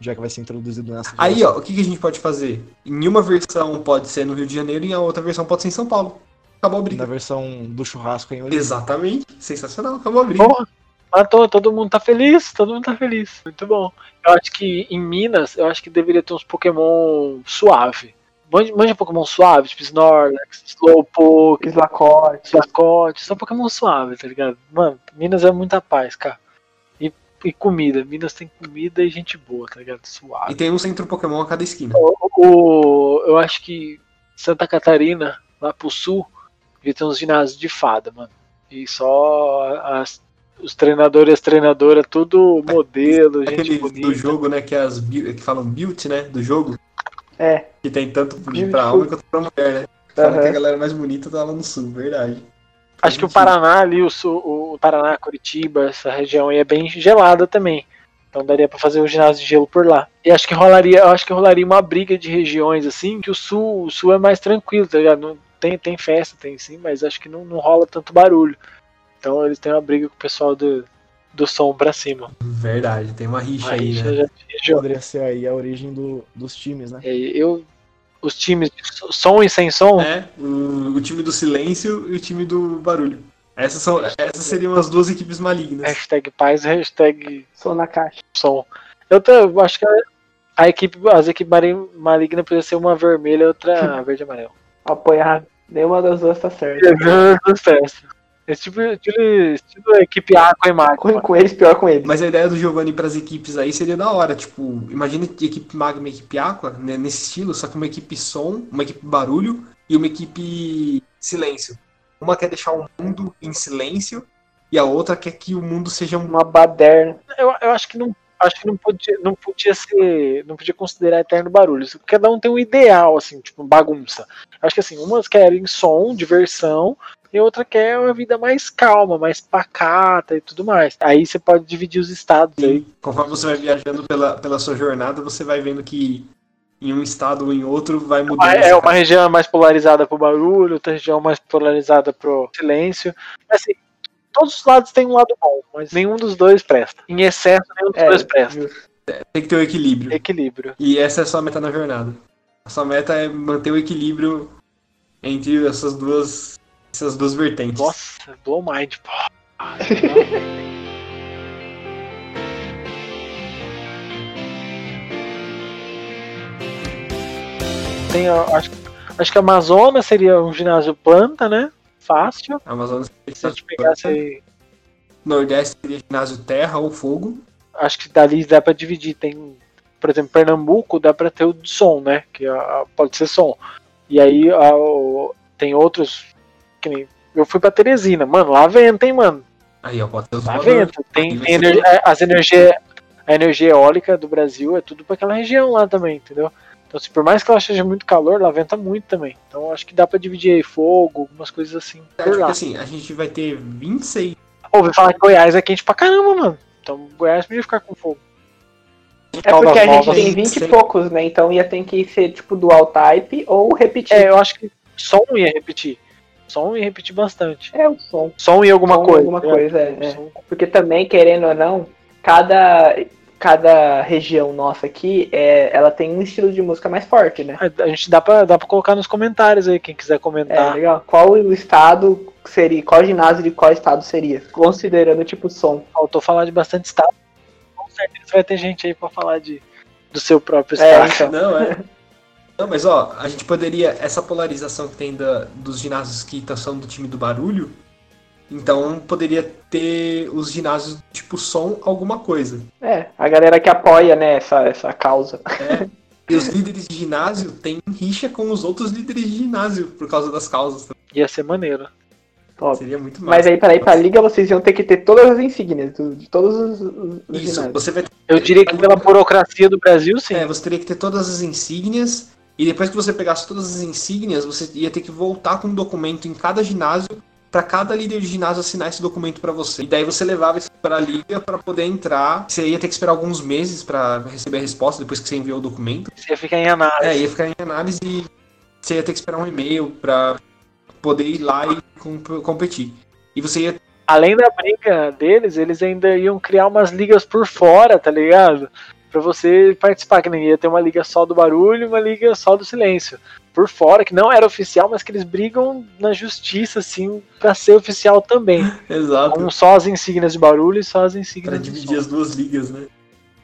Já que vai ser introduzido nessa.
Aí, ó, o que, que a gente pode fazer? Em uma versão pode ser no Rio de Janeiro e a outra versão pode ser em São Paulo. Acabou a briga.
Na versão do churrasco em Olinda.
Exatamente. Sensacional, acabou a briga.
porra, matou, todo mundo tá feliz, todo mundo tá feliz. Muito bom. Eu acho que em Minas, eu acho que deveria ter uns Pokémon suave. Manja, manja Pokémon suave, tipo Snorlax, Slowpoke.
Slacote.
pacote, só Pokémon suave, tá ligado? Mano, Minas é muita paz, cara. E, e comida, Minas tem comida e gente boa, tá ligado?
E
Suave.
tem um centro Pokémon a cada esquina.
O, o- eu acho que Santa Catarina, lá pro sul, devia ter uns ginásios de fada, mano. E só as- os treinadores e as treinadoras, tudo
[LAUGHS]
modelo, gente
Aquele do
bonita.
jogo, né? Que, é as, bi- que falam beauty, né? Do jogo.
É.
Que tem tanto
Beauty.
pra homem quanto pra mulher, né? Fala
Aham.
que a galera mais bonita tá lá no sul, verdade.
Acho que o Paraná ali, o, sul, o Paraná, Curitiba, essa região aí é bem gelada também. Então daria pra fazer um ginásio de gelo por lá. E acho que rolaria, eu acho que rolaria uma briga de regiões assim, que o sul, o sul é mais tranquilo, tá ligado? Não, tem, tem festa, tem sim, mas acho que não, não rola tanto barulho. Então eles têm uma briga com o pessoal do, do som pra cima.
Verdade, tem uma rixa aí,
Aí
né?
já- já-
Poderia ser aí a origem do- dos times, né?
é, eu, os times de so- som e sem som,
É, o, o time do silêncio e o time do barulho. Essas, são, essas seriam as duas equipes malignas.
hashtag paz, hashtag
Som na caixa.
som. Eu tô- eu acho que a, a equipe, as equipes mari- malignas podia ser uma vermelha e [LAUGHS] outra verde e amarelo.
Apoiar. Nenhuma das duas tá
É
certa.
Esse tipo, estilo, estilo equipe A com a imagem.
Ruim com eles, pior com eles.
Mas a ideia do Giovanni pras equipes aí seria da hora. Tipo, imagina que equipe Magma e equipe Aqua, né, nesse estilo, só que uma equipe som, uma equipe barulho e uma equipe silêncio. Uma quer deixar o mundo em silêncio e a outra quer que o mundo seja um.
Uma baderna.
Eu, eu acho que não. Acho que não podia, não podia ser. Não podia considerar eterno barulho. Cada um tem um ideal, assim, tipo, bagunça. Acho que assim, umas querem som, diversão, e outra quer uma vida mais calma, mais pacata e tudo mais. Aí você pode dividir os estados aí.
Conforme você vai viajando pela, pela sua jornada, você vai vendo que em um estado ou em outro vai mudando.
É uma região mais polarizada pro barulho, outra região mais polarizada pro silêncio. Assim, todos os lados têm um lado bom, mas nenhum dos dois presta. Em excesso, nenhum dos
É,
dois presta.
Tem que ter um equilíbrio.
Equilíbrio.
E essa é a sua meta na jornada. A sua meta é manter o equilíbrio entre essas duas essas duas vertentes.
Nossa, blow mind, [LAUGHS] pô. Tem, ó, acho, acho que a Amazônia seria um ginásio planta, né? Fácil.
Amazonas seria
Se a gente
ginásio
pegasse
planta,
aí.
Nordeste seria ginásio terra ou fogo.
acho que dali dá pra dividir. Tem, por exemplo, Pernambuco dá pra ter o de som, né? Que ah, pode ser som. E aí ah, o- tem outros. Que nem, eu fui pra Teresina, mano, lá venta, hein, mano.
Aí, ó, pode ter
Tá
os
Lá
voadores.
venta. Tem,
vai
tem
ser
ener- as energias. A energia eólica do Brasil é tudo pra aquela região lá também, entendeu? Então, se por mais que ela esteja muito calor, lá venta muito também. Então, acho que dá pra dividir aí fogo, algumas coisas assim.
Acho
Por
que
lá.
assim, a gente vai ter
[LAUGHS]
26.
Ouvi falar que Goiás é quente pra caramba, mano. Então, Goiás podia ficar com fogo.
É porque a gente tem
novas.
20 e poucos, né? Então ia ter que ser tipo dual type ou repetir.
É, eu acho que som ia repetir. Som ia repetir bastante.
É, o som.
Som e alguma
Som e
coisa.
um
né? um-
alguma coisa, é, é.
Som-
Porque também, querendo ou não, cada, cada região nossa aqui, é, ela tem um estilo de música mais forte, né?
é, A gente dá pra, dá pra colocar nos comentários aí, quem quiser
É,
comentar.
legal. Qual o estado seria, qual ginásio de qual estado seria? Considerando tipo som.
Faltou falar de bastante estado. Com certeza vai ter gente aí pra falar de, do seu próprio
É,
estado.
então.
Não, é. Não, mas ó, a gente poderia. Essa polarização que tem da, dos ginásios que tá- são do time do barulho, Então poderia ter os ginásios tipo som alguma coisa.
É, a galera que apoia, né, essa, essa causa.
E os líderes de ginásio têm rixa com os outros líderes de ginásio por causa das causas. também.
Ia ser maneiro.
Top.
Seria muito mais.
Mas aí, pra ir pra liga, vocês iam ter que ter todas as insígnias do- de todos os, os- os
Isso,
ginásios.
você vai
Eu diria que pela burocracia do Brasil, sim.
É, você teria que ter todas as insígnias, e depois que você pegasse todas as insígnias, você ia ter que voltar com um documento em cada ginásio, para cada líder de ginásio assinar esse documento para você. E daí você levava isso para a liga para poder entrar. Você ia ter que esperar alguns meses para receber a resposta depois que você enviou o documento.
Você ia ficar em análise.
É, ia ficar em análise e você ia ter que esperar um e-mail para poder ir lá e com- competir. E você ia
Além da briga deles, eles ainda iam criar umas ligas por fora, tá ligado? Pra você participar, que nem ia ter uma liga só do barulho e uma liga só do silêncio. Por fora, que não era oficial, mas que eles brigam na justiça, assim, pra ser oficial também.
[LAUGHS] exato
Com só as insígnias de barulho e só as
para
Uhum.
insígnias de
dividir as duas ligas, né?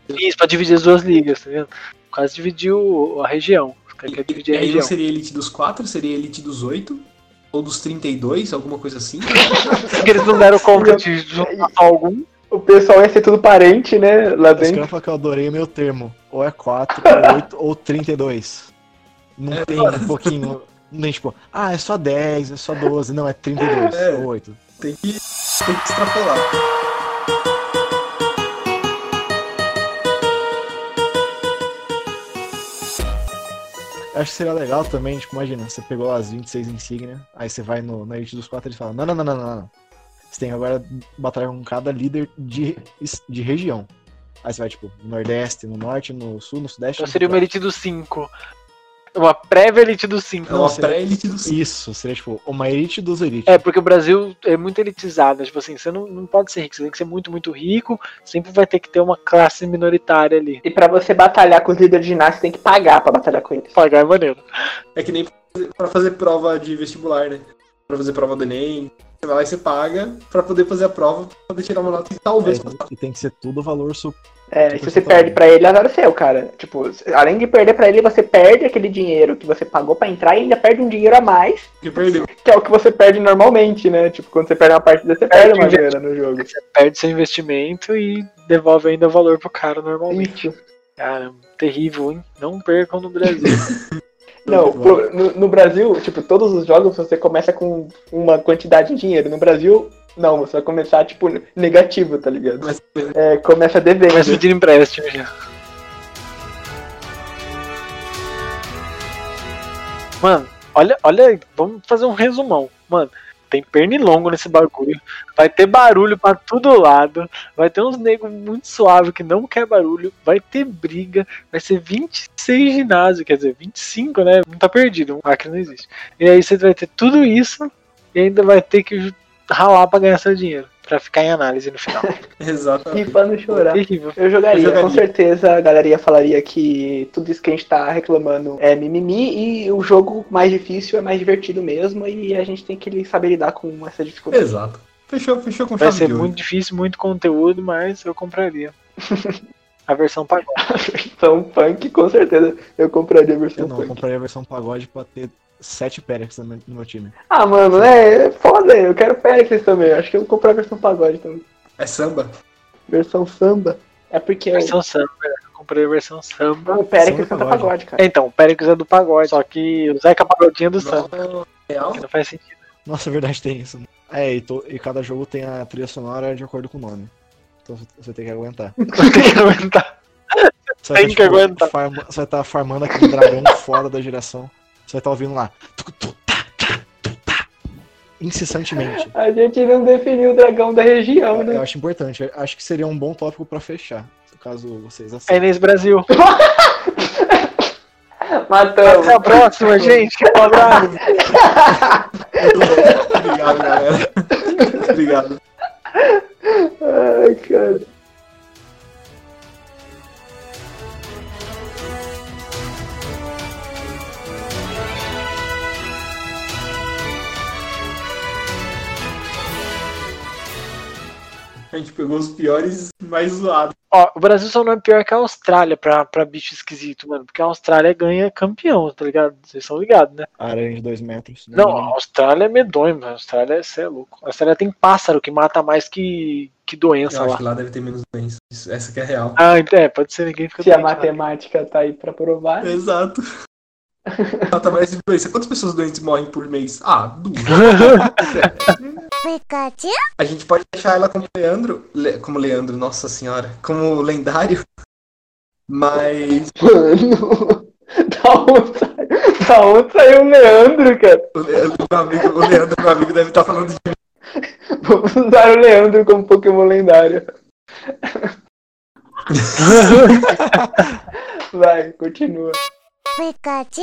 som. Isso, pra dividir as duas ligas, tá ligado? Quase dividiu a região. Os caras querem dividir
E
a
aí não
região.
seria elite dos 4, seria elite dos 8, ou dos 32, alguma coisa assim.
Porque eles não deram conta de
[LAUGHS]
juntar só algum.
O pessoal ia ser tudo parente, né, lá
Esse
dentro.
cara fala que eu adorei o meu termo. Ou é
[LAUGHS]
4, ou 8, ou 32. Não
É,
tem um pouquinho. Não tem tipo, ah, é só 10, é só 12. Não, é 32,
É.
ou 8.
Tem que, tem que extrapolar.
Acho que seria legal também, tipo, imagina, você pegou as 26 insígnias, aí você vai no, na Elite dos 4 e eles falam, não, não, não, não, não, não. Você tem que agora batalhar com cada líder de, de região. Aí você vai, tipo, no Nordeste, no Norte, no Sul, no Sudeste.
Então
no
seria uma
Sudeste.
elite dos 5. Uma prévia elite dos 5.
É uma
seria-
pré-elite dos 5.
Isso, seria, tipo, uma Elite dos Elites.
É, porque o Brasil é muito elitizado. né? Tipo assim, você não, não pode ser rico, você tem que ser muito, muito rico. Sempre vai ter que ter uma classe minoritária ali.
E pra você batalhar com os líderes de ginásio, você tem que pagar pra batalhar com eles.
Pagar é maneiro.
É que nem pra fazer prova de vestibular, né? Pra fazer prova do Enem. Você vai lá e você paga pra poder fazer a prova, pra poder tirar uma nota e talvez. passar.
É, e tem que ser tudo valor su
É, e se você perde pra ele, azar é seu, cara. Tipo, além de perder pra ele, você perde aquele dinheiro que você pagou pra entrar e ainda perde um dinheiro a mais,
Porque perdeu.
que é o que você perde normalmente, né? Tipo, quando você perde uma partida, você perde um uma grana no jogo.
Perde seu investimento e devolve ainda valor pro cara normalmente.
Isso.
Caramba, terrível, hein? Não percam no Brasil.
Não, pro- no, no Brasil, tipo, todos os jogos você começa com uma quantidade de dinheiro. No Brasil, não, você vai começar, tipo, negativo, tá ligado?
Mas-
É, começa devendo.
Começa a pedir empréstimo já. Mano, olha, olha, aí, vamos fazer um resumão. Mano, tem pernilongo nesse bagulho. Vai ter barulho pra todo lado. Vai ter uns negros muito suave que não quer barulho. Vai ter briga. Vai ser 26 ginásios, quer dizer, 25, né? Não tá perdido, aqui não existe. E aí você vai ter tudo isso e ainda vai ter que ju- ralar pra ganhar seu dinheiro. Pra ficar em análise no final.
Exatamente.
E pra não chorar.
Terrível.
Eu jogaria,
Eu jogaria.
com certeza a galeria falaria que tudo isso que a gente tá reclamando é mimimi e o jogo mais difícil é mais divertido mesmo e a gente tem que saber lidar com essa dificuldade.
Exato. Fechou, fechou com
Vai
chave
ser
de ouro.
muito difícil, muito conteúdo, mas eu compraria. A versão pagou.
[LAUGHS] Então, punk, com certeza eu compraria a versão
Eu não, eu
punk.
compraria a versão pagode pra ter sete Pérex no meu- no meu time.
Ah, mano, é é foda, eu quero Pericles também, eu acho que eu vou comprar a versão pagode também.
É samba.
Versão samba. É porque eu...
Versão samba. né? Eu comprei a versão samba.
o Pericles
Samba
canta pagode, cara.
Então, o Péricles é do pagode, só que o Zeca Pagodinha é do samba.
Nossa, Real?
Não faz sentido. [LAUGHS]
Nossa, [LAUGHS] é verdade, tem isso. É, e, to- e cada jogo tem a trilha sonora de acordo com o nome. Então você- você tem que aguentar.
Tem que aguentar.
Você tá, tipo,
Tem que aguentar.
farma- Você vai estar farmando aquele dragão [LAUGHS] fora da geração. Você vai estar ouvindo lá. tuc, tuc, tá, tá, tuc, tá, Incessantemente.
A gente não definiu o dragão da região,
É,
né?
Eu acho importante. Eu acho que seria um bom tópico pra fechar. Caso vocês
É
aceitem.
Inês Brasil.
[LAUGHS] Matamos.
Até a próxima, gente. Um abraço.
Obrigado, galera. [LAUGHS] Obrigado.
Ai, cara.
A gente pegou os piores mais zoados.
[LAUGHS] Ó, o Brasil só não é pior que a Austrália pra, pra bicho esquisito, mano. Porque a Austrália ganha campeão, tá ligado? Vocês são ligados, né?
Aranha de dois metros.
Não, a Austrália é medonho, mano. A Austrália, cê é louco. A Austrália tem pássaro que mata mais que, que
Eu
doença
acho
lá.
que lá deve ter menos doenças. Isso- Essa que é a real.
Ah, é, pode ser ninguém fica
Se a
doente, né?
matemática tá aí pra provar.
[LAUGHS] Exato. Mata mais de doença. Quantas pessoas doentes morrem por mês? Ah, duas.
Pikachu?
A gente pode deixar ela como Leandro. Le- como Leandro, nossa senhora. Como lendário. Mas
Mano, [LAUGHS] da onde, sa- da onde saiu o Leandro, cara?
o Leandro, meu amigo, o Leandro, meu amigo, deve estar falando de
Vamos usar o Leandro como Pokémon lendário. [LAUGHS] Vai, continua.
Pikachu?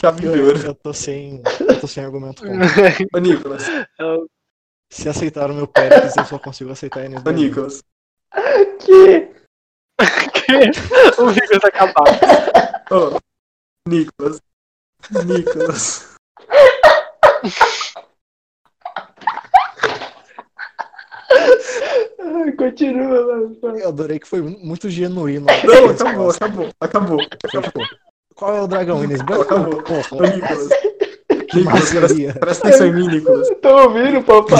chave de
Eu,
ouro.
eu tô sem. Eu tô sem argumento contra.
[LAUGHS]
Ô, Nicolas.
É
Se aceitaram meu Pérez, eu só consigo aceitar Enes
Ô,
Brasil.
Nicolas.
Que?
o vídeo tá acabado.
Ô, Nicolas. Nicolas.
Ai, Continua, mano.
Eu adorei que foi muito genuíno.
Não, então tá acabou, acabou, acabou.
Foi, tipo, Qual é o dragão, Enes Branco?
Acabou. Então Ô,
Porra,
Nicolas.
que
Nicolas, presta,
maioria.
presta atenção em mim, Nicolas.
Tô ouvindo, papai.